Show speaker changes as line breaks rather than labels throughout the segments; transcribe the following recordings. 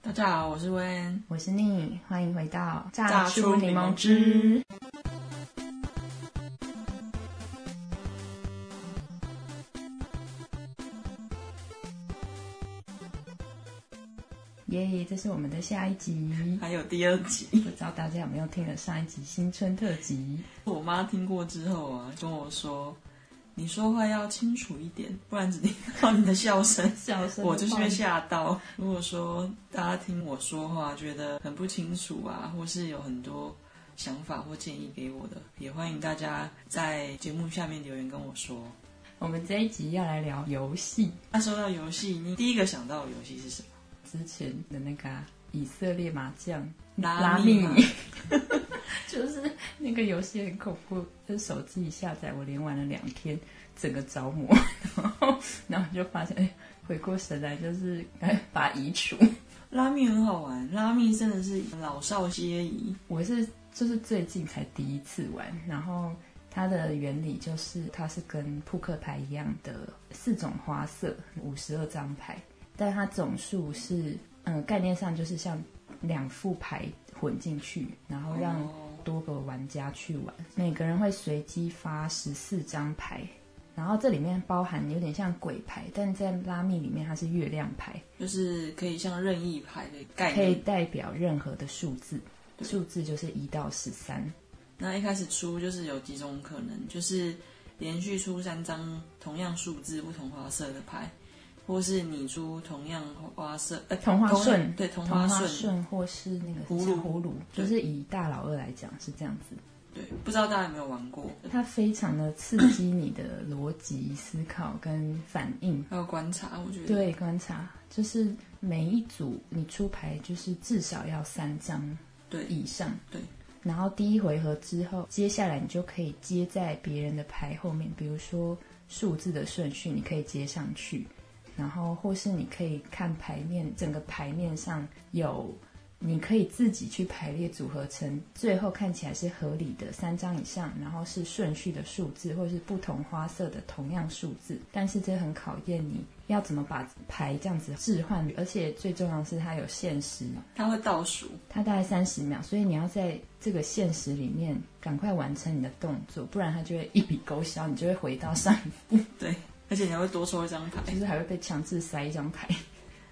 大家好，我是温。
我是宁，欢迎回到
榨出柠檬汁。
耶这是我们的下一集。
还有第二集，
不知道大家有没有听了上一集新春特辑？
我妈听过之后啊，跟我说：“你说话要清楚一点，不然只听到你 的笑声。”
笑声
我就是被吓到。如果说大家听我说话觉得很不清楚啊，或是有很多想法或建议给我的，也欢迎大家在节目下面留言跟我说。
我们这一集要来聊游戏，
那说到游戏，你第一个想到的游戏是什么？
之前的那个啊、以色列麻将
拉密
密
码，
就是那个游戏很恐怖，就是手机一下载，我连玩了两天，整个着魔， 然后然后就发现，哎，回过神来就是哎把它移除。
拉面很好玩，拉面真的是老少皆宜。
我是就是最近才第一次玩，然后它的原理就是它是跟扑克牌一样的四种花色，五十二张牌，但它总数是嗯、呃概念上就是像两副牌混进去，然后让
哦
多个玩家去玩，每个人会随机发十四张牌。然后这里面包含有点像鬼牌，但在拉密里面它是月亮牌，
就是可以像任意牌的概
可以
念。
代表任何的数字，数字就是一到十三。
那一开始出就是有几种可能，就是连续出三张同样数字不同花色的牌，或是你出同样花色呃
同花顺
同对同
同花
顺
顺或是那个
葫芦
葫芦，
对
就是以大老二来讲是这样子，
对，不知道大家有没有玩过？
它非常的刺激你的逻辑思考跟反应，
还有观察，我觉得
对观察，就是每一组你出牌就是至少要三张
对
以上，
对。
然后第一回合之后，接下来你就可以接在别人的牌后面，比如说数字的顺序，你可以接上去，然后或是你可以看牌面，整个牌面上有，你可以自己去排列组合成最后看起来是合理的三张以上，然后是顺序的数字，或是不同花色的同样数字。但是这很考验你要怎么把牌这样子置换，而且最重要的是它有限时
它会倒数，
它大概三十秒，所以你要在这个限时里面赶快完成你的动作，不然它就会一笔勾销，你就会回到上一步，
对，而且你还会多抽一张牌。
就是还会被强制塞一张牌。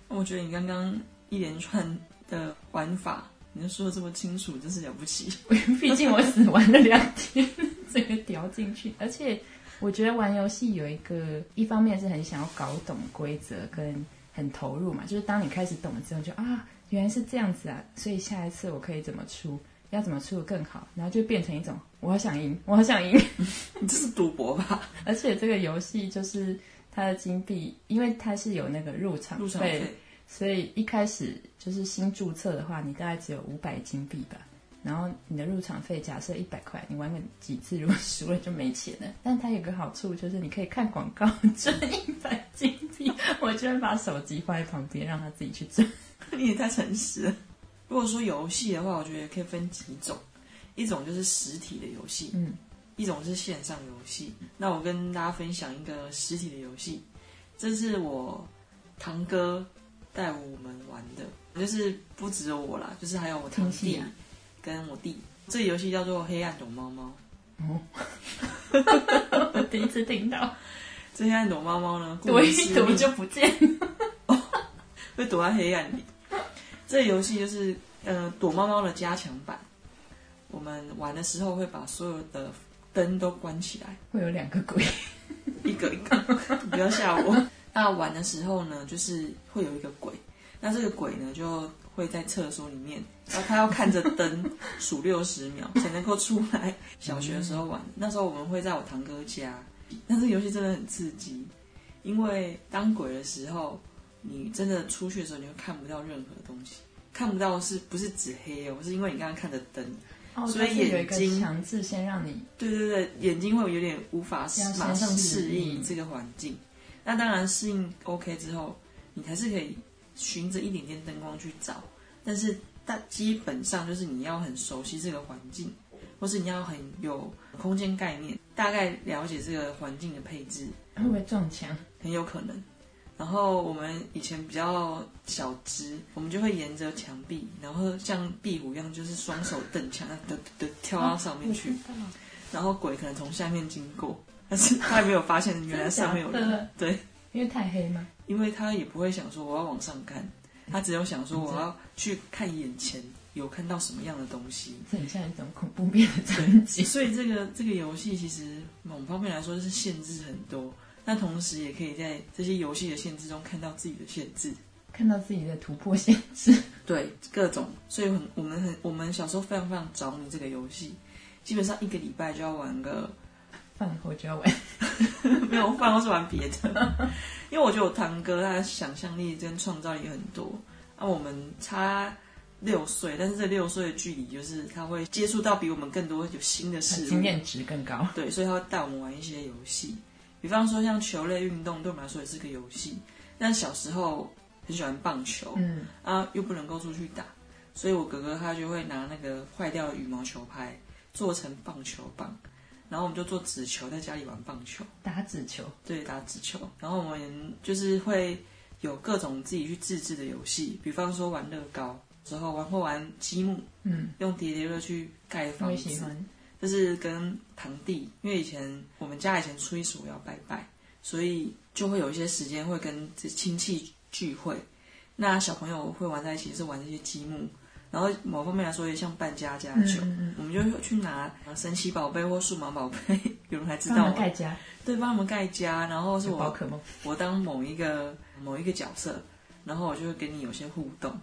我觉得你刚刚一连串的玩法，你就说的这么清楚，真是了不起。
毕竟我只玩了两天， 整个掉进去。而且我觉得玩游戏有一个，一方面是很想要搞懂规则跟很投入嘛，就是当你开始懂了之后就，啊原来是这样子啊，所以下一次我可以怎么出，要怎么出的更好，然后就变成一种我好想赢，我好想赢。
你这是赌博吧？
而且这个游戏就是它的金币，因为它是有那个入场
入场
费，
费
所以一开始就是新注册的话，你大概只有五百金币吧。然后你的入场费假设一百块，你玩个几次，如果输了就没钱了。但它有个好处就是你可以看广告赚一百金币，我就会把手机放在旁边，让他自己去赚。
你也太诚实了。如果说游戏的话，我觉得可以分几种，一种就是实体的游戏，
嗯，
一种是线上游戏。那我跟大家分享一个实体的游戏，这是我堂哥带我们玩的，就是不只有我啦，就是还有我堂
亲戚
弟
啊
跟我弟。这个游戏叫做《黑暗躲猫猫》。
我第一次听 到，
这黑暗躲猫猫呢，顾
躲
名
一
思
躲
义
就不见了。
会躲在黑暗里。这个游戏就是呃躲猫猫的加强版。我们玩的时候会把所有的灯都关起来，
会有两个鬼，
一个一 个，不要吓我。那玩的时候呢，就是会有一个鬼，那这个鬼呢就会在厕所里面，然后他要看着灯数六十秒才能够出来。小学的时候玩，那时候我们会在我堂哥家，但是游戏真的很刺激，因为当鬼的时候，你真的出去的时候，你会看不到任何东西，看不到是不是指黑哦，是因为你刚刚看着灯，
哦
所以
它是有一
眼睛
个强制先让你
对对对，眼睛会有点无法适
要先
马上适
适
应
应
这个环境。那当然适应 OK 之后，你还是可以循着一点点灯光去找，但是但基本上就是你要很熟悉这个环境，或是你要很有空间概念，大概了解这个环境的配置，
会不会撞墙？
很有可能。然后我们以前比较小只，我们就会沿着墙壁，然后像壁虎一样，就是双手蹬墙，的的跳到上面
哦
去。然后鬼可能从下面经过，但是他还没有发现原来上面有
真的
人
假。
对，
因为太黑嘛。
因为他也不会想说我要往上看，他只有想说我要去看眼前有看到什么样的东西。
这很像一种恐怖片的场景。
所以这个这个游戏其实某方面来说是限制很多，但同时也可以在这些游戏的限制中看到自己的限制。
看到自己的突破限制，
对，各种，所以很我们很我们小时候非常非常着迷这个游戏，基本上一个礼拜就要玩个，
饭后就要 玩。
没有饭或是玩别的。 因为我觉得我堂哥他的想象力跟创造力很多，啊，我们差六岁，但是这六岁的距离就是他会接触到比我们更多有新的事物，
经验值更高。
对，所以他会带我们玩一些游戏，比方说像球类运动，对我们来说也是个游戏。但小时候很喜欢棒球，
嗯，
啊，又不能够出去打，所以我哥哥他就会拿那个坏掉的羽毛球拍做成棒球棒，然后我们就做纸球，在家里玩棒球，
打纸球，
对，打纸球。然后我们就是会有各种自己去自制的游戏，比方说玩乐高，之后玩或玩积木，
嗯，
用叠叠乐去盖
我
房
也
子
喜，欢。
就是跟堂弟，因为以前我们家以前初一十五要拜拜，所以就会有一些时间会跟这亲戚聚会。那小朋友会玩在一起是玩这些积木，然后某方面来说也像扮家家酒，
嗯嗯
我们就会去拿神奇宝贝或数码宝贝， 有人还知
帮
道
忙
吗？
盖家，
对，帮我们盖家，然后是
有宝
我
可梦，
我当某一个某一个角色，然后我就会跟你有些互动。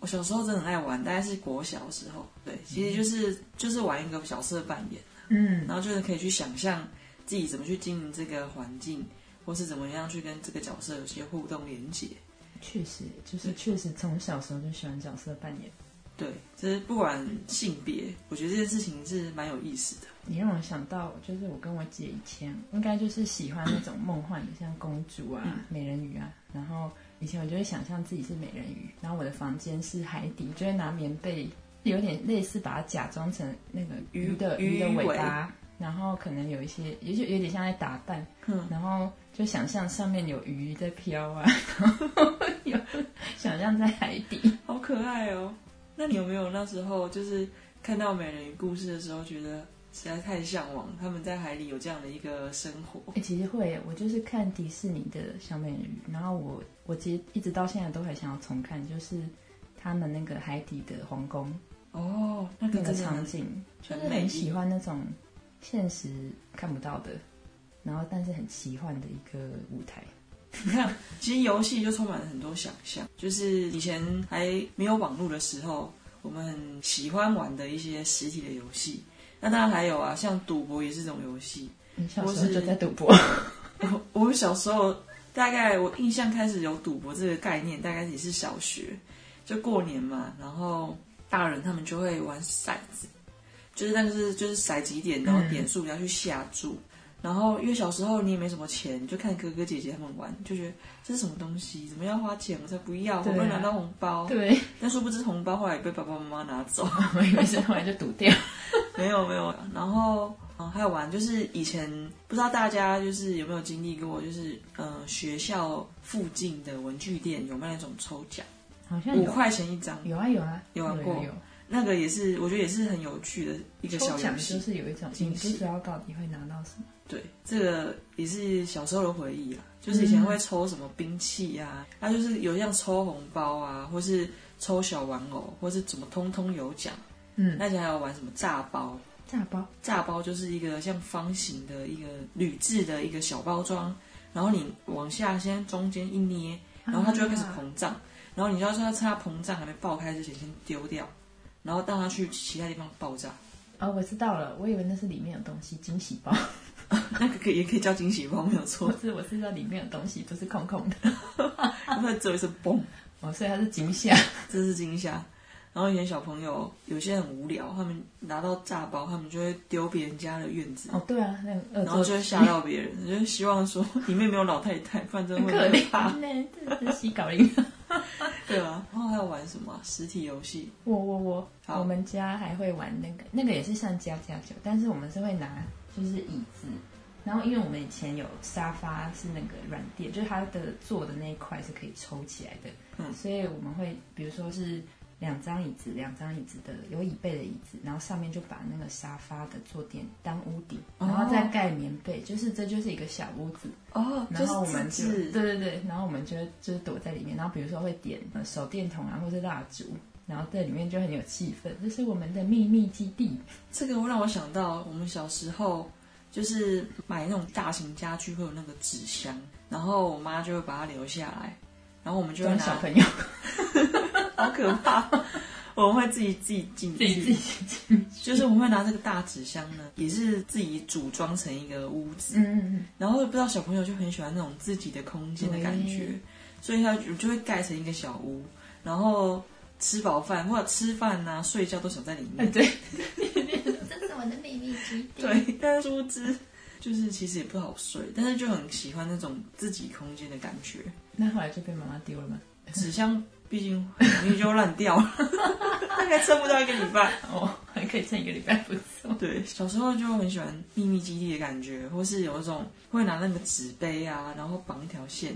我小时候真的很爱玩，大概是国小的时候，对，其实就是就是玩一个角色扮演。
嗯，
然后就是可以去想象自己怎么去经营这个环境，或是怎么样去跟这个角色有些互动连接。
确实，就是确实从小时候就喜欢角色扮演。
对，就是不管性别，我觉得这件事情是蛮有意思的。
你让我想到，就是我跟我姐以前应该就是喜欢那种梦幻的，像公主啊、美人鱼啊。然后以前我就会想象自己是美人鱼，然后我的房间是海底，就会拿棉被，有点类似把它假装成那个鱼的
鱼
鱼的
鱼
尾
尾
巴，然后可能有一些，也就有点像在打扮，
嗯，
然后就想象上面有鱼在飘啊， 然后有想象在海底。
好可爱哦。那你有没有那时候就是看到美人鱼故事的时候，觉得实在太向往他们在海里有这样的一个生活？
欸其实会耶，我就是看迪士尼的小美人鱼，然后我我其实一直到现在都还想要重看，就是他们那个海底的皇宫
哦，那个
那个
真的
场
很
景，就
很
是
美
很
丽
喜欢那种现实看不到的，然后但是很奇幻的一个舞台。
你看，其实游戏就充满了很多想象，就是以前还没有网络的时候，我们很喜欢玩的一些实体的游戏。那当然还有啊，像赌博也是这种游戏。
你小
我
时候
是
就在赌博，
我 我们小时候大概我印象开始有赌博这个概念，大概也是小学，就过年嘛，然后大人他们就会玩骰子，就是但是就是骰几点，然后点数你要去下注。然后因为小时候你也没什么钱，就看哥哥姐姐他们玩，就觉得这是什么东西，怎么要花钱？我才不要，会
对啊
不会拿到红包？
对，
但殊不知红包后来也被爸爸妈妈拿走。
我以为是后来就赌掉。
没有没有，然后嗯，还有玩就是以前不知道大家就是有没有经历过，就是呃学校附近的文具店有卖那种抽奖，
好像
五
有
块钱一张，
有啊有啊
有玩过
有有
那个也是我觉得也是很有趣的一个小
抽奖
游
就
戏。
是有一种，
惊
你
喜
不知道到底会拿到什么。
对，这个也是小时候的回忆啦，就是以前会抽什么兵器啊，那、就是有像抽红包啊，或是抽小玩偶，或是怎么通通有奖。
嗯，
那以前还有玩什么炸包，啊
炸包，
炸包就是一个像方形的一个铝制的一个小包装，然后你往下先中间一捏，然后它就会开始
啊
膨胀，然后你就要趁它膨胀还没爆开之前先丢掉，然后让它去其他地方爆炸。
哦，我知道了，我以为那是里面有东西，惊喜包。
那个可以也可以叫惊喜包，没有错
不，是，我是知道里面有东西，就是空空的。
它只有一声嘣，
哦，所以它是惊吓。
这是惊吓。然后以前小朋友有些很无聊，他们拿到炸包，他们就会丢别人家的院子，
哦，对啊，那个恶
然后
作
就
剧
会吓到别人，就希望说里面没有老太太，不然真的
很
会
可
被怕
怜。呢，这是洗稿铃。
对啊，然后还有玩什么啊实体游戏？
我我我，
好
我们家还会玩那个，那个也是像家家酒，但是我们是会拿就是椅子，然后因为我们以前有沙发是那个软垫，就是它的坐的那一块是可以抽起来的，
嗯
所以我们会比如说是两张椅子，两张椅子的有椅背的椅子，然后上面就把那个沙发的坐垫当屋顶，
哦
然后再盖棉被，就是这就是一个小屋子，
哦，
然后
就
我
是
们
自
就
制，
对对对，然后我们就就是躲在里面，然后比如说会点呃手电筒啊，或是蜡烛，然后在里面就很有气氛，这是我们的秘密基地。
这个让我想到我们小时候就是买那种大型家具会有那个纸箱，然后我妈就会把它留下来，然后我们就会
装 小
拿，
朋友
好可怕。 我们会自己自己进
自己
去，
自己进去，
就是我们会拿这个大纸箱呢，也是自己组装成一个屋子，
嗯，
然后不知道小朋友就很喜欢那种自己的空间的感觉，所以他就就会盖成一个小屋，然后吃饱饭或者吃饭呐、睡觉都想在里
哎
面。
对，
这是我的秘密基地。
对，但是殊不知就是其实也不好睡，但是就很喜欢那种自己空间的感觉。
那后来就被妈妈丢了吗？
纸箱毕竟很容易就烂掉了， 大概撑不到一个礼拜。
哦，还可以撑一个礼拜，不错。
对，小时候就很喜欢秘密基地的感觉，或是有一种会拿那个纸杯啊，然后绑一条线，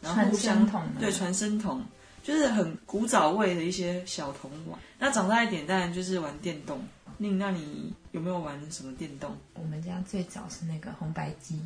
然后互相
传声筒啊吗
对传声筒，就是很古早味的一些小童玩。那长大一点，当然就是玩电动。宁，那你有没有玩什么电动？
我们家最早是那个红白机，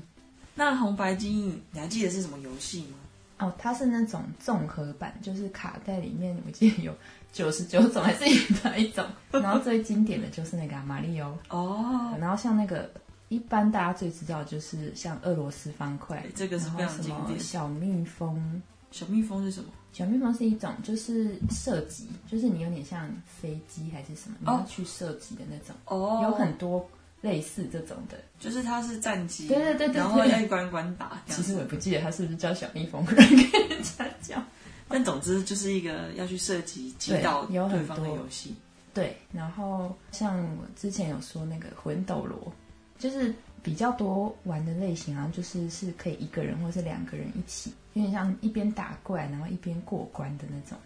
那红白机你你还记得是什么游戏吗？
哦，它是那种综合版，就是卡在里面，我记得有九十九种还是一百种。然后最经典的就是那个啊马里奥，
哦，
然后像那个一般大家最知道就是像俄罗斯方块，
这个是
然后
非常
什
经
么
典。
小蜜蜂，
小蜜蜂是什么？
小蜜蜂是一种就是射击，就是你有点像飞机还是什么，你
哦
要去射击的那种，
哦，
有很多类似这种的。
就是它是战机，
对对对对对
然后要一关一关打这
其
样
实
子。
我也不记得它是不是叫小蜜蜂，可能跟人家叫。
但总之就是一个要去射击击
对
倒
有很
对方的
多
游戏。
对，然后像我之前有说那个魂斗罗，就是比较多玩的类型啊，就是是可以一个人或是两个人一起，有点像一边打怪然后一边过关的那种。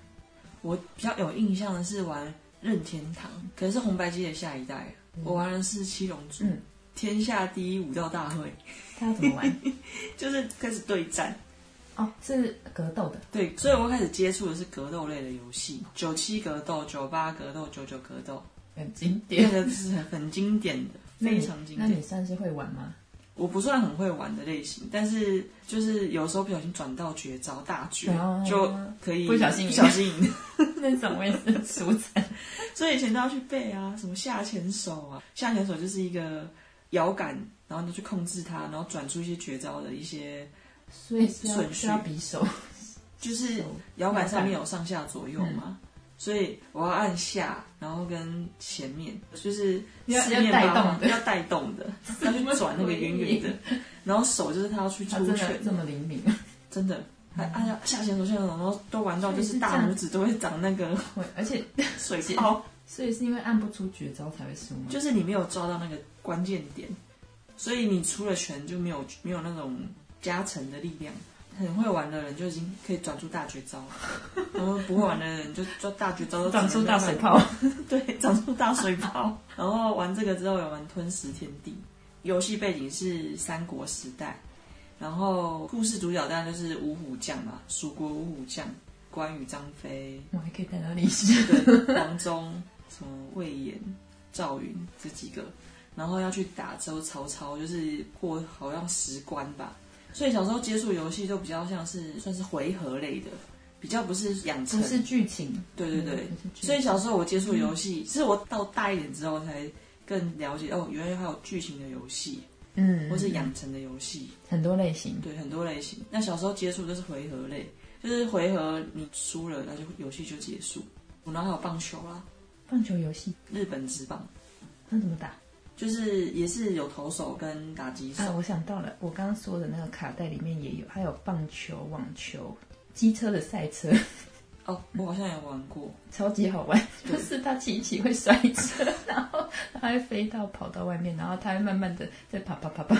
我比较有印象的是玩任天堂，可能是红白机的下一代。啊我玩的是七龙珠，
嗯
天下第一武道大会，
他要怎么玩？
就是开始对战。
哦，是格斗的。
对，所以我开始接触的是格斗类的游戏，九七格斗、九八格斗、九九格斗，
很经典
那，个是很经典的，
那你
非常经
那你
典。
算是会玩 吗？
我不算很会玩的类型，但是就是有时候不小心转到绝招大绝，
哦
就可以
不小心赢
不小心赢。
那种我也是输惨。
所以以前都要去背啊，什么下潜手啊，下潜手就是一个摇杆，然后你去控制它，然后转出一些绝招的一些，
所以是要
顺序
是要比手，
就是摇杆上面有上下左右嘛，所以我要按下，然后跟前面就是
要
四面
要带
八方
动的
要带动的，要去转那个圆圆的， 然后手就是他要去
他
出
真的
拳，
这么灵敏。
真的。还按下下潜手，下潜手，然后都玩到就是大拇指都会长那个
会，而且
水泡，
所以是因为按不出绝招才会输吗？
就是你没有抓到那个关键点，所以你出了拳就没有没有那种加成的力量。很会玩的人就已经可以转出大绝招 了，然后不会玩的人就抓大绝招，
长出大水，泡。
对，长出大水泡。然后玩这个之后有玩吞食天地，游戏背景是三国时代，然后故事主角当然就是五虎将嘛，蜀国五虎将，关羽、张飞、
我还可以带到历史。
对，黄忠、什么魏延、赵云这几个，然后要去打周曹操，就是过好像十关吧。所以小时候接触游戏就比较像是算是回合类的，比较不是养成
不。是剧情，
对对对
嗯不是嗯剧，情
所以小时候我接触游戏，是我到大一点之后才更了解哦，原来还有剧情的游戏，
嗯，
或是养成的游戏。
很多类型，
对，很多类型。那小时候接触就是回合类，就是回合你输了，那就游戏就结束。然后还有棒球啊啦，
棒球游戏
日本职棒，
那怎么打
就是也是有投手跟打击手。
啊？我想到了，我刚刚说的那个卡带里面也有，还有棒球、网球、机车的赛车，
哦，我好像也玩过，
超级好玩。就是他骑一骑会摔车， 然后他会飞到跑到外面，然后他会慢慢的再爬爬爬爬。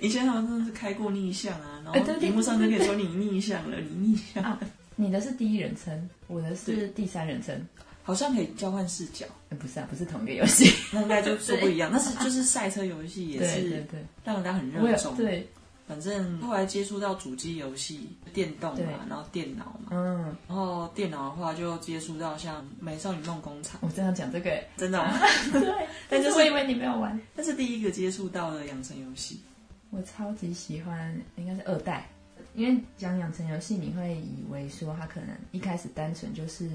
以前好像真的是开过逆向啊，然
哎对
后
对啊
屏幕上就可以说你逆向了，你逆向。
你的是第一人称，我的是第三人称，
好像可以交换视角，
呃不是啊，不是同一个游戏。
那应该就是不一样。但是就是赛车游戏也
对
是
对对，
让人家很
我
热
有
衷。
对，
反正后来接触到主机游戏、电动啊
对
嘛，然后电脑嘛，
嗯，
然后电脑的话就接触到像《美少女梦工厂
我正要讲这个 欸，》，
真的哦、
对，
但
但
就是是
我以为你没有玩，
那是第一个接触到的养成游戏。
我超级喜欢，应该是二代，因为讲养成游戏，你会以为说它可能一开始单纯就是，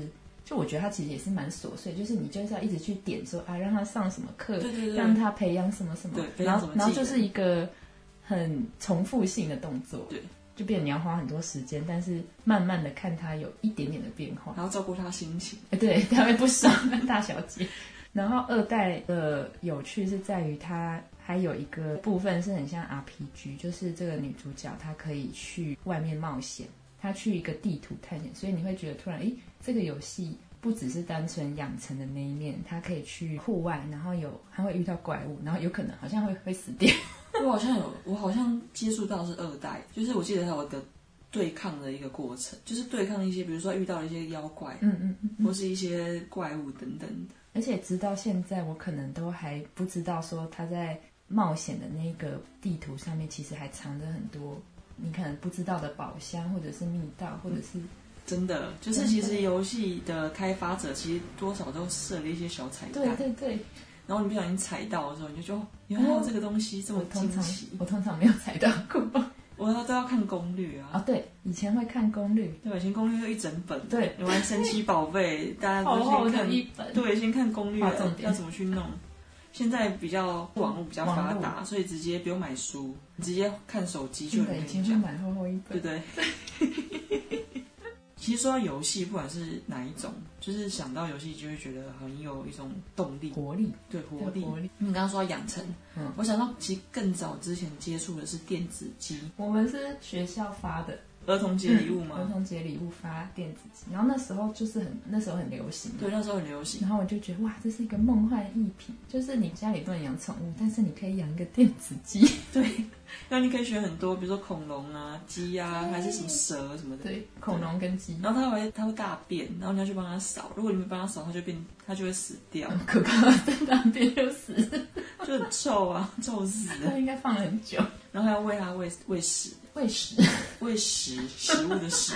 就我觉得它其实也是蛮琐碎，就是你就是要一直去点说啊，让他上什么课，
对对对
让他培养什么什么
对，培
然
养什
后
么技能
然后就是一个很重复性的动作，
对，
就变得你要花很多时间，但是慢慢的看它有一点点的变化，
然后照顾他心情，
欸 对，他会不爽大小姐。然后二代的有趣是在于它还有一个部分是很像 RPG，就是这个女主角她可以去外面冒险，她去一个地图探险，所以你会觉得突然，诶，这个游戏不只是单纯养成的那一面，她可以去户外，然后有还会遇到怪物，然后有可能好像会会死掉。
我好像有，我好像接触到是二代，就是我记得它有一个对抗的一个过程，就是对抗一些，比如说遇到一些妖怪，
嗯嗯嗯。
或是一些怪物等等的。
而且直到现在，我可能都还不知道说他在冒险的那个地图上面，其实还藏着很多你可能不知道的宝箱，或者是密道，或者是
真的，就是
真的
其实游戏的开发者其实多少都设了一些小彩蛋，
对对对。
然后你不小心踩到的时候，你就觉得哦原来还有这个东西这
我
么
通
惊
常
奇，
我通常没有踩到过。
我都要看攻略
哦
啊。，
对，以前会看攻略，
对吧？以前攻略就一整本，
对
你玩神奇宝 贝，大家
好
都
厚
先
的
看
一本，
对，先看攻略
划重点嗯
要怎么去弄。现在比较网络比较发达，所以直接不用买书，直接看手机就
真
有
的
人
以
跟
前
你讲，
会买厚厚一
对
本
不。对？ 其实说到游戏，不管是哪一种，就是想到游戏就会觉得很有一种动力，
活力，
对活力。
活力。
你刚刚说到养成，
嗯
我想到其实更早之前接触的是电子机，
我们是学校发的，
儿童节礼物嘛，
儿童节礼物发电子机，然后那时候就是很那时候很流行嘛，
对，那时候很流行。
然后我就觉得哇，这是一个梦幻一品，就是你家里不能养宠物，但是你可以养一个电子鸡。
那你可以选很多，比如说恐龙啊、鸡啊，还是什么蛇什么的。
对，恐龙跟鸡，
然后它会它会大便，然后你要去帮它扫。如果你没帮它扫，它就变它就会死掉，
很可怕，在那边就死了，
就很臭啊， 臭死了。
那应该放了很久。
然后还要喂它喂喂食，
喂食，
喂食食物的食。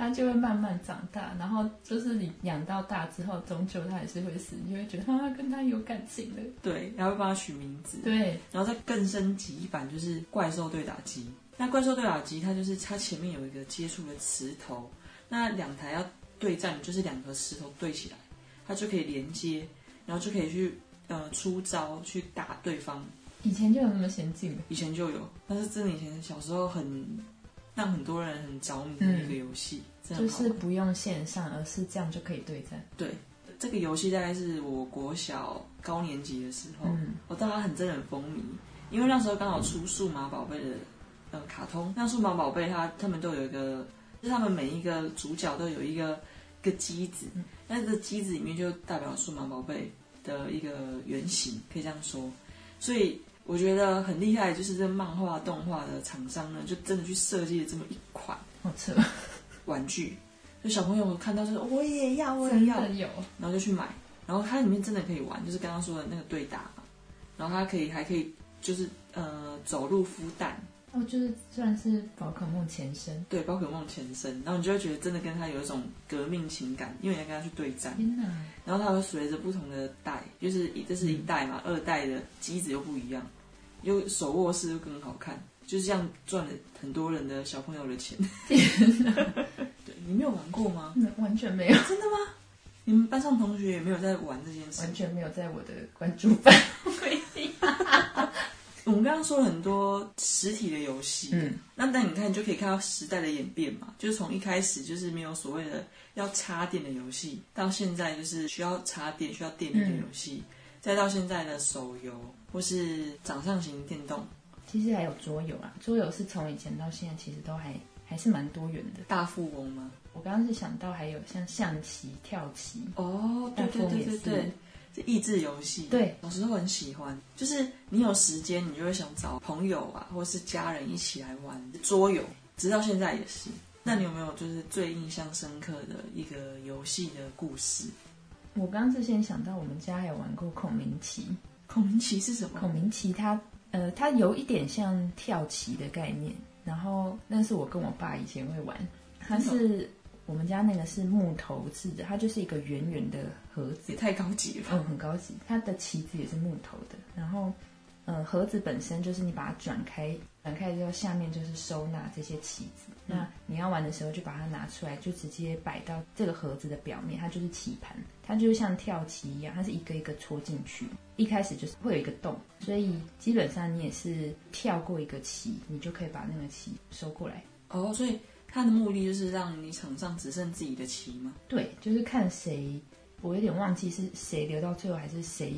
它就会慢慢长大，然后就是你养到大之后，终究它还是会死，你就会觉得啊，跟它有感情了。
对，然后会帮它取名字。
对，
然后再更升级一版就是怪兽对打机。那怪兽对打机它就是它前面有一个接触的磁头，那两台要对战，就是两个石头对起来，它就可以连接，然后就可以去呃出招去打对方。
以前就有那么先进的。
以前就有，但是真的以前小时候很让很多人很着迷的一个游戏，真
嗯就
的很好
是
玩。
不用线上，而是这样就可以对战。
对这个游戏大概是我国小高年级的时候，
嗯，
我当然很真的很风靡，因为那时候刚好出数码宝贝的呃卡通，那数码宝贝它他们都有一个，就是他们每一个主角都有一个呃一个机子，那这个机子里面就代表数码宝贝的一个原型，可以这样说，所以。我觉得很厉害，就是这漫画动画的厂商呢，就真的去设计了这么一款
好扯，
玩具，就小朋友看到就是哦我也要，我也
真
要，
的有。
然后就去买，然后它里面真的可以玩，就是刚刚说的那个对打嘛，然后它可以还可以就是呃走路孵蛋，
哦，就是算是宝可梦前身。
对宝可梦前身，然后你就会觉得真的跟它有一种革命情感，因为你要跟它去对战，
天哪！
然后它会随着不同的代，就是一这是一代嘛，二代的机子又不一样，又手握式又更好看，就是这样赚了很多人的小朋友的钱。对你没有玩过吗？
没 完全没有，
你们班上同学也没有在玩这件事
完？全没有在我的关注范围。
我们刚刚说了很多实体的游戏，
嗯，
那但你看，你就可以看到时代的演变嘛，就是从一开始就是没有所谓的要插电的游戏，到现在就是需要插电、需要电力的游戏，再到现在的手游或是掌上型电动，
其实还有桌游啊，桌游是从以前到现在其实都还还是蛮多元的。
大富翁吗？
我刚刚是想到还有像象棋、跳棋，
哦，对对对对
大富翁也
对
是，
是益智游戏。
对，
老师都很喜欢，就是你有时间，你就会想找朋友啊，或是家人一起来玩桌游，直到现在也是。那你有没有就是最印象深刻的一个游戏的故事？
我刚刚之前想到，我们家还有玩过孔明棋。
孔明棋是什么？
孔明棋它呃，它有一点像跳棋的概念，然后那是我跟我爸以前会玩，它是我们家那个是木头制的，它就是一个圆圆的盒子
也，太高级了吧。
嗯，很高级，它的棋子也是木头的，然后呃，盒子本身就是你把它转开，转开之后下面就是收纳这些棋子，那你要玩的时候就把它拿出来，就直接摆到这个盒子的表面，它就是棋盘，它就是像跳棋一样，它是一个一个戳进去，一开始就是会有一个洞，所以基本上你也是跳过一个棋，你就可以把那个棋收过来。
哦，所以它的目的就是让你场上只剩自己的棋吗？
对，就是看谁，我有点忘记是谁留到最后，还是谁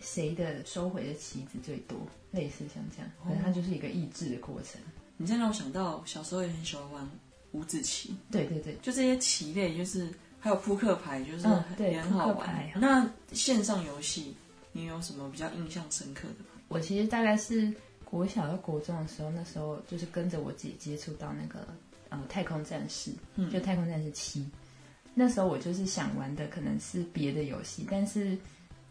谁的收回的棋子最多，类似像这样，反
哦
正它就是一个益智的过程。
你这让我想到小时候也很喜欢玩五子棋，
对对对，
就这些棋类，就是还有扑克牌，就是
嗯
很
对
也很好
扑克牌啊
玩。那线上游戏，你有什么比较印象深刻的吗？
我其实大概是国小到国中的时候，那时候就是跟着我姐接触到那个呃太空战士，
嗯
就太空战士七。那时候我就是想玩的可能是别的游戏，但是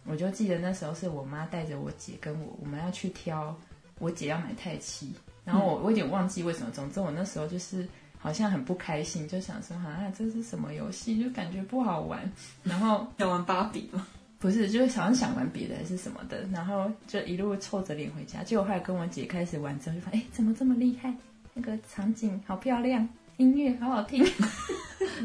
我就记得那时候是我妈带着我姐跟我，我们要去挑，我姐要买太七，然后我我有点忘记为什么，总之我那时候就是好像很不开心，就想说啊这是什么游戏，就感觉不好玩，然后
要玩芭比 吗？
不是，就是好像想玩别的还是什么的，然后就一路臭着脸回家。结果后来跟我姐开始玩之后，就发现哎，怎么这么厉害？那个场景好漂亮，音乐好好听，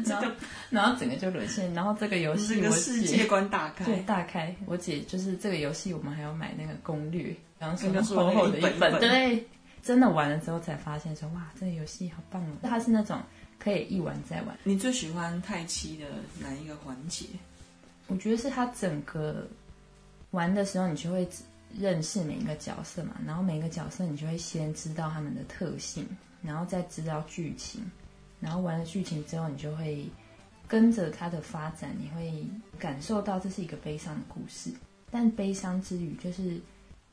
然后然后整个就沦陷。然后这个游戏
这个
我
世
姐
界观打开，
对大开，我姐就是这个游戏，我们还要买那个攻略，然后
刚刚
是
说
厚
的
厚的
一本一本
对，真的玩了之后才发现说哇，这个游戏好棒哦！它是那种可以一玩再玩。
你最喜欢太七的哪一个环节？
我觉得是他整个玩的时候，你就会认识每一个角色嘛，然后每一个角色你就会先知道他们的特性，然后再知道剧情，然后玩了剧情之后，你就会跟着它的发展，你会感受到这是一个悲伤的故事。但悲伤之余，就是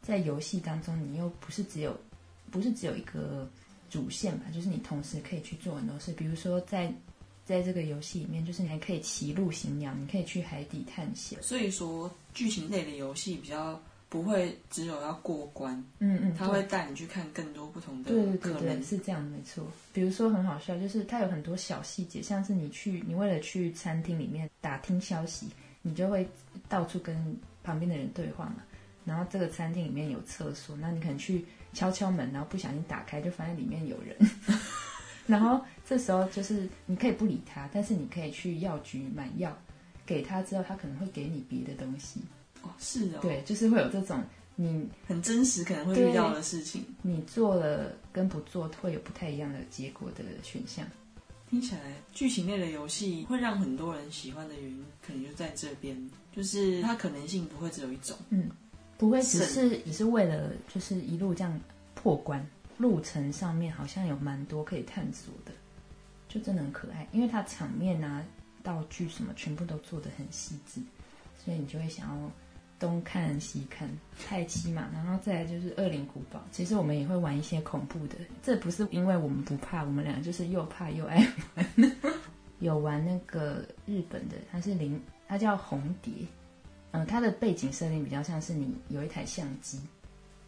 在游戏当中，你又不是只有不是只有一个主线吧，就是你同时可以去做很多事，比如说在在这个游戏里面，就是你还可以骑路行鸟，你可以去海底探险。
所以说，剧情类的游戏比较不会只有要过关，
嗯嗯，
它会带你去看更多不同的
对对
可
对
能。
对，是这样，没错。比如说很好笑，就是它有很多小细节，像是你去，你为了去餐厅里面打听消息，你就会到处跟旁边的人对话嘛。然后这个餐厅里面有厕所，那你可能去敲敲门，然后不小心打开，就发现里面有 人。然后这时候就是你可以不理他，但是你可以去药局买药，给他之后，他可能会给你别的东西。
哦，是哦，
对，就是会有这种你
很真实，可能会遇到的事情，
你做了跟不做会有不太一样的结果的选项。
听起来剧情类的游戏会让很多人喜欢的原因，可能就在这边，就是它可能性不会只有一种。
不会只
是
是只是为了就是一路这样破关，路程上面好像有蛮多可以探索的，就真的很可爱，因为它场面啊、道具什么全部都做得很细致，所以你就会想要东看西看，太七嘛，然后再来就是恶灵古堡。其实我们也会玩一些恐怖的，这不是因为我们不怕，我们俩就是又怕又爱玩。 有玩那个日本的，它是零，它叫红蝶，嗯，它的背景设定比较像是你有一台相机，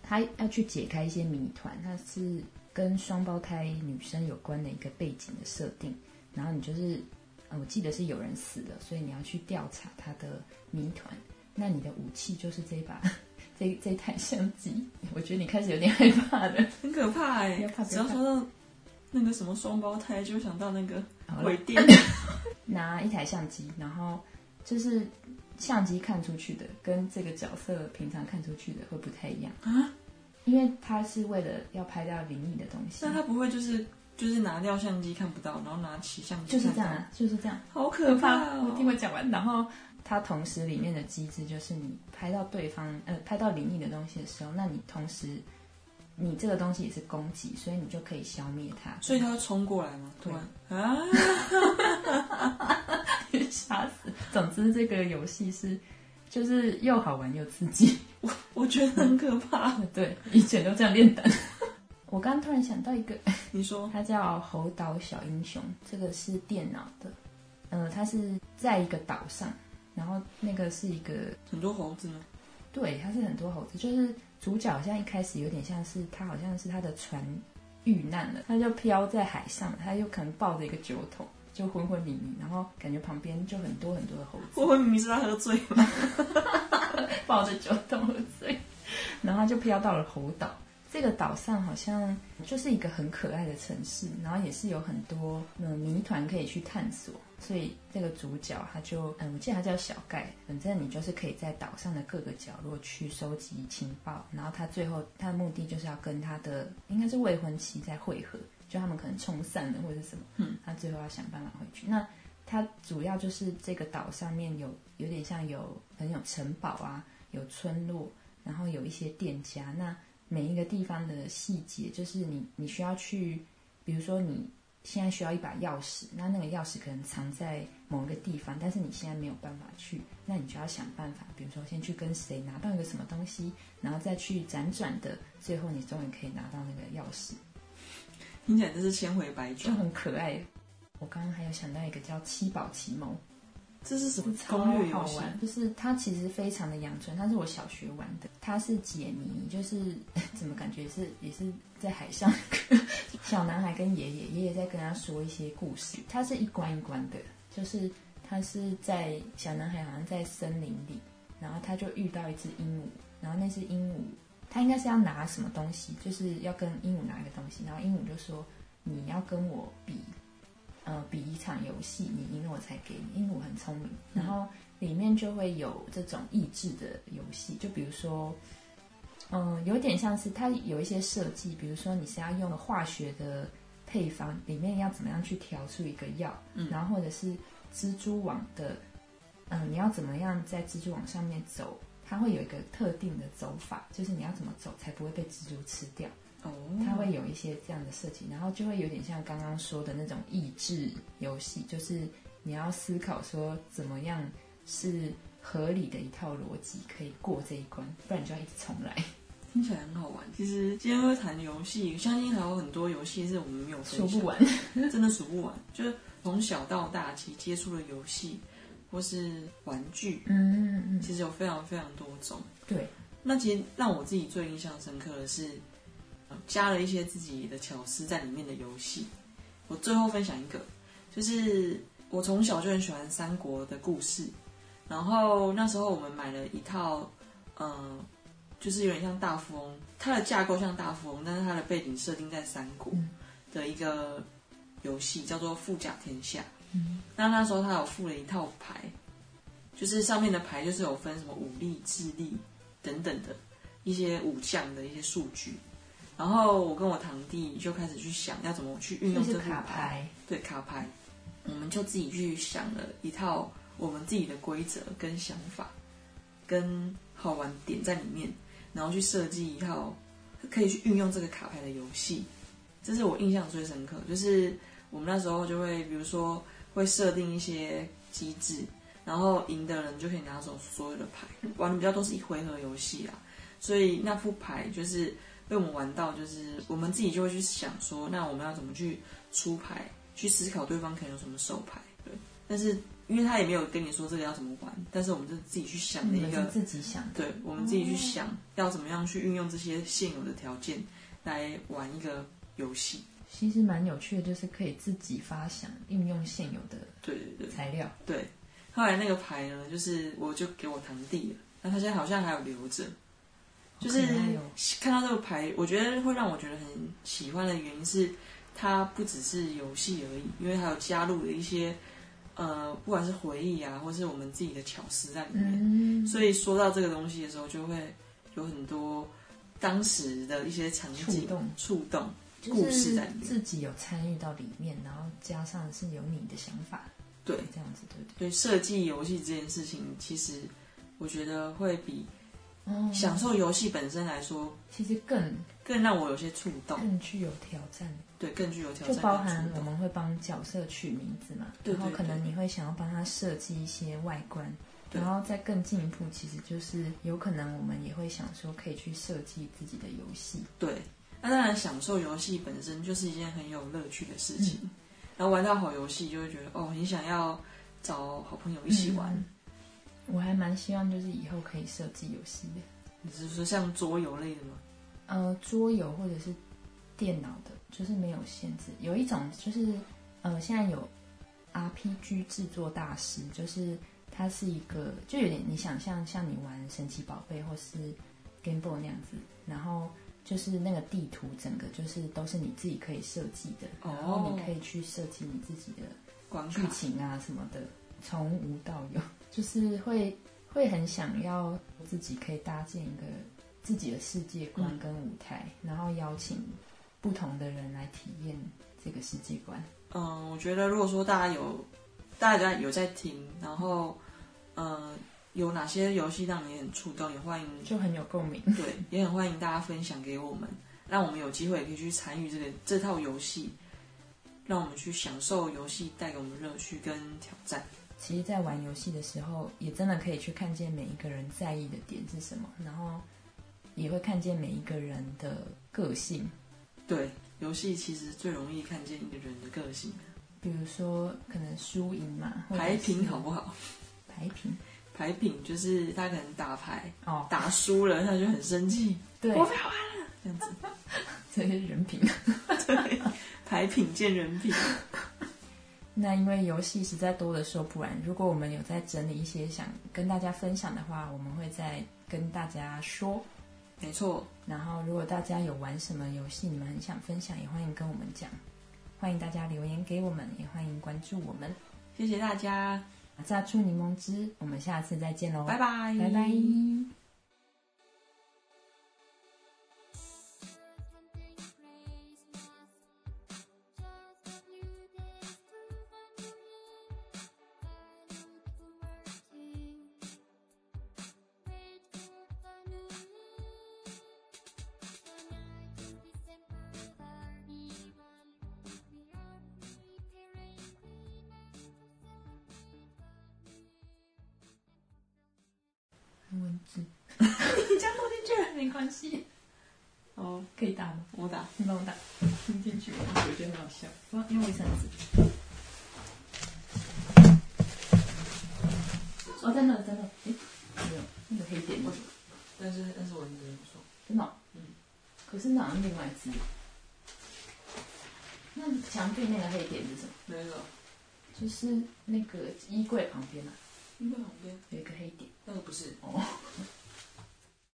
它要去解开一些谜团，它是跟双胞胎女生有关的一个背景的设定。然后你就是，呃我记得是有人死了，所以你要去调查他的谜团。那你的武器就是这一把， 这这一台相机。我觉得你开始有点害怕了。
很可怕哎、
不要怕
只要
不要
说到那个什么双胞胎，就会想到那个
好了
鬼， 店。
拿一台相机，然后就是相机看出去的跟这个角色平常看出去的会不太一样
啊，
因为他是为了要拍到灵异的东西
那，他不会就是就是拿掉相机看不到，然后拿起相机
就是
看
这样
到
啊，就是这样。
好可怕
我听
哦！
我讲完，然后它同时里面的机制就是你拍到对方呃拍到灵异的东西的时候，那你同时你这个东西也是攻击，所以你就可以消灭它。
所以他会冲过来吗？突
对
然啊，
吓死！总之这个游戏是就是又好玩又刺激。
我觉得很可怕。
对，以前都这样练胆。我刚突然想到一个，
你说
它叫猴岛小英雄，这个是电脑的，呃，它是在一个岛上，然后那个是一个，
很多猴子吗？
对，它是很多猴子，就是主角好像一开始有点像是他好像是他的船遇难了，他就飘在海上，他就可能抱着一个酒桶。就昏昏迷迷，然后感觉旁边就很多很多的猴子
我会明明是他喝醉吗？
抱着酒桶喝醉，然后他就飘到了猴岛。这个岛上好像就是一个很可爱的城市，然后也是有很多嗯谜团可以去探索。所以这个主角他就嗯，我记得他叫小盖，反正你就是可以在岛上的各个角落去收集情报，然后他最后他的目的就是要跟他的应该是未婚妻在会合，就他们可能冲散了或者是什么，
嗯，
他最后要想办法回去。那它主要就是这个岛上面有有点像有很有城堡啊，有村落，然后有一些店家。那每一个地方的细节，就是你你需要去，比如说你现在需要一把钥匙，那那个钥匙可能藏在某一个地方，但是你现在没有办法去，那你就要想办法，比如说先去跟谁拿到一个什么东西，然后再去辗转的，最后你终于可以拿到那个钥匙。
听起来真是千回百
就
转。
很可爱。我刚刚还有想到一个叫七宝奇谋，
这是什么
超
攻略
好
游戏？
玩，就是它其实非常的阳春，它是我小学玩的，它是解谜，就是 怎么感觉是也是在海上，小男孩跟爷爷，爷爷在跟他说一些故事，它是一关一关的，就是他是在小男孩好像在森林里，然后他就遇到一只鹦鹉，然后那只鹦鹉，他应该是要拿什么东西，就是要跟鹦鹉拿一个东西，然后鹦鹉就说你要跟我比，呃，比一场游戏，你赢了我才给你。鹦鹉很聪明，然后里面就会有这种益智的游戏，就比如说，嗯、有点像是它有一些设计，比如说你是要用化学的配方，里面要怎么样去调出一个药，
嗯
然后或者是蜘蛛网的，嗯、你要怎么样在蜘蛛网上面走，它会有一个特定的走法，就是你要怎么走才不会被蜘蛛吃掉。
哦，
它会有一些这样的设计，然后就会有点像刚刚说的那种益智游戏，就是你要思考说怎么样是合理的一套逻辑可以过这一关，不然你就要一直重来。
听起来很好玩。其实今天会谈游戏，相信还有很多游戏是我们没有分
说
享
不完，
真的数不完。就是从小到大，其实接触的游戏或是玩具，
嗯嗯，
其实有非常非常多种。
对，
那其实让我自己最印象深刻的是，呃加了一些自己的巧思在里面的游戏。我最后分享一个，就是我从小就很喜欢三国的故事，然后那时候我们买了一套，呃，就是有点像大富翁，它的架构像大富翁，但是它的背景设定在三国
嗯
的一个游戏，叫做《富甲天下》。
嗯
那那时候他有附了一套牌，就是上面的牌就是有分什么武力、智力等等的一些武将的一些数据。然后我跟我堂弟就开始去想要怎么去运
就
用这
是
副
卡牌，
对卡牌，我们就自己去想了一套我们自己的规则跟想法，跟好玩点在里面，然后去设计一套可以去运用这个卡牌的游戏。这是我印象最深刻，就是我们那时候就会，比如说会设定一些机制，然后赢的人就可以拿走所有的牌，玩的比较多是一回合游戏啊，所以那副牌就是被我们玩到，就是我们自己就会去想说，那我们要怎么去出牌，去思考对方可能有什么手牌，对，但是因为他也没有跟你说这个要怎么玩，但是我们就自己去想了
你
一
们
个
是嗯自己想的，
对，我们自己去想要怎么样去运用这些现有的条件来玩一个游戏。
其实蛮有趣的，就是可以自己发想，运用现有的
对对对
材料。
对。后来那个牌呢，就是我就给我堂弟了，那他现在好像还有留着。就是
好可爱哦
看到这个牌，我觉得会让我觉得很喜欢的原因是，它不只是游戏而已，因为还有加入了一些呃，不管是回忆啊，或是我们自己的巧思在里面。
嗯，
所以说到这个东西的时候，就会有很多当时的一些场景
触动
触动
就
故
是
事在里面。
自己有参与到里面，然后加上是有你的想法，
对
这样子对不对？
对设计游戏这件事情，其实我觉得会比
哦
享受游戏本身来说，
其实更
更让我有些触动，
更具有挑战，
对，更具有挑
就
战
包
跟
含
触
我
动。
们会帮角色取名字嘛，
对
然后
对
可能
对
你会想要帮他设计一些外观，
对
然后再更进一步，其实就是有可能我们也会想说可以去设计自己的游戏，
对，那当然，享受游戏本身就是一件很有乐趣的
嗯
事情。然后玩到好游戏，就会觉得哦，很想要找好朋友一
嗯
起玩。
我还蛮希望就是以后可以设计游戏的，
你只是说像桌游类的吗？
呃，桌游或者是电脑的，就是没有限制。有一种就是呃，现在有 RPG 制作大师，就是他是一个，就有点你想象像你玩神奇宝贝或是 Game Boy 那样子，然后就是那个地图整个就是都是你自己可以设计的，
哦
然后你可以去设计你自己的
关卡
剧情啊什么的，从无到有， 就是会会很想要自己可以搭建一个自己的世界观跟舞台，然后邀请不同的人来体验这个世界观。
嗯，我觉得如果说大家有大家有在听，然后嗯，有哪些游戏让你很触动，也欢迎
就很有共鸣。
对，也很欢迎大家分享给我们，让我们有机会也可以去参与这个这套游戏，让我们去享受游戏带给我们乐趣跟挑战。
其实，在玩游戏的时候，也真的可以去看见每一个人在意的点是什么，然后也会看见每一个人的个性。
对，游戏其实最容易看见一个人的个性，
比如说，可能输赢嘛，或者
牌品
是
好不好？
排品
牌品就是他可能打牌
哦，
打输了，他就很生气，
对，
我不要玩了，这样子。
这些人品。
对，牌品见人品。
那因为游戏实在多的说不完，如果我们有在整理一些想跟大家分享的话，我们会再跟大家说。
没错，
然后，如果大家有玩什么游戏，你们很想分享，也欢迎跟我们讲。欢迎大家留言给我们，也欢迎关注我们。
谢谢大家，
榨出柠檬汁，我们下次再见喽，
拜拜，
拜拜。文字
你这样录进去了，没关系，
哦，
可以打吗？
我打。
你帮我打，听嗯进去，我觉得很好笑。我要用卫生纸。哦，真的真的，诶，没有那个黑点，
但是但是我觉得不错。
真的、哦，
嗯
嗯。可是哪有另外一只？那墙壁那个黑点是什么？
哪一个？
就是那个衣柜旁边啊，
衣柜旁边
有一个黑点。
那个不是
哦，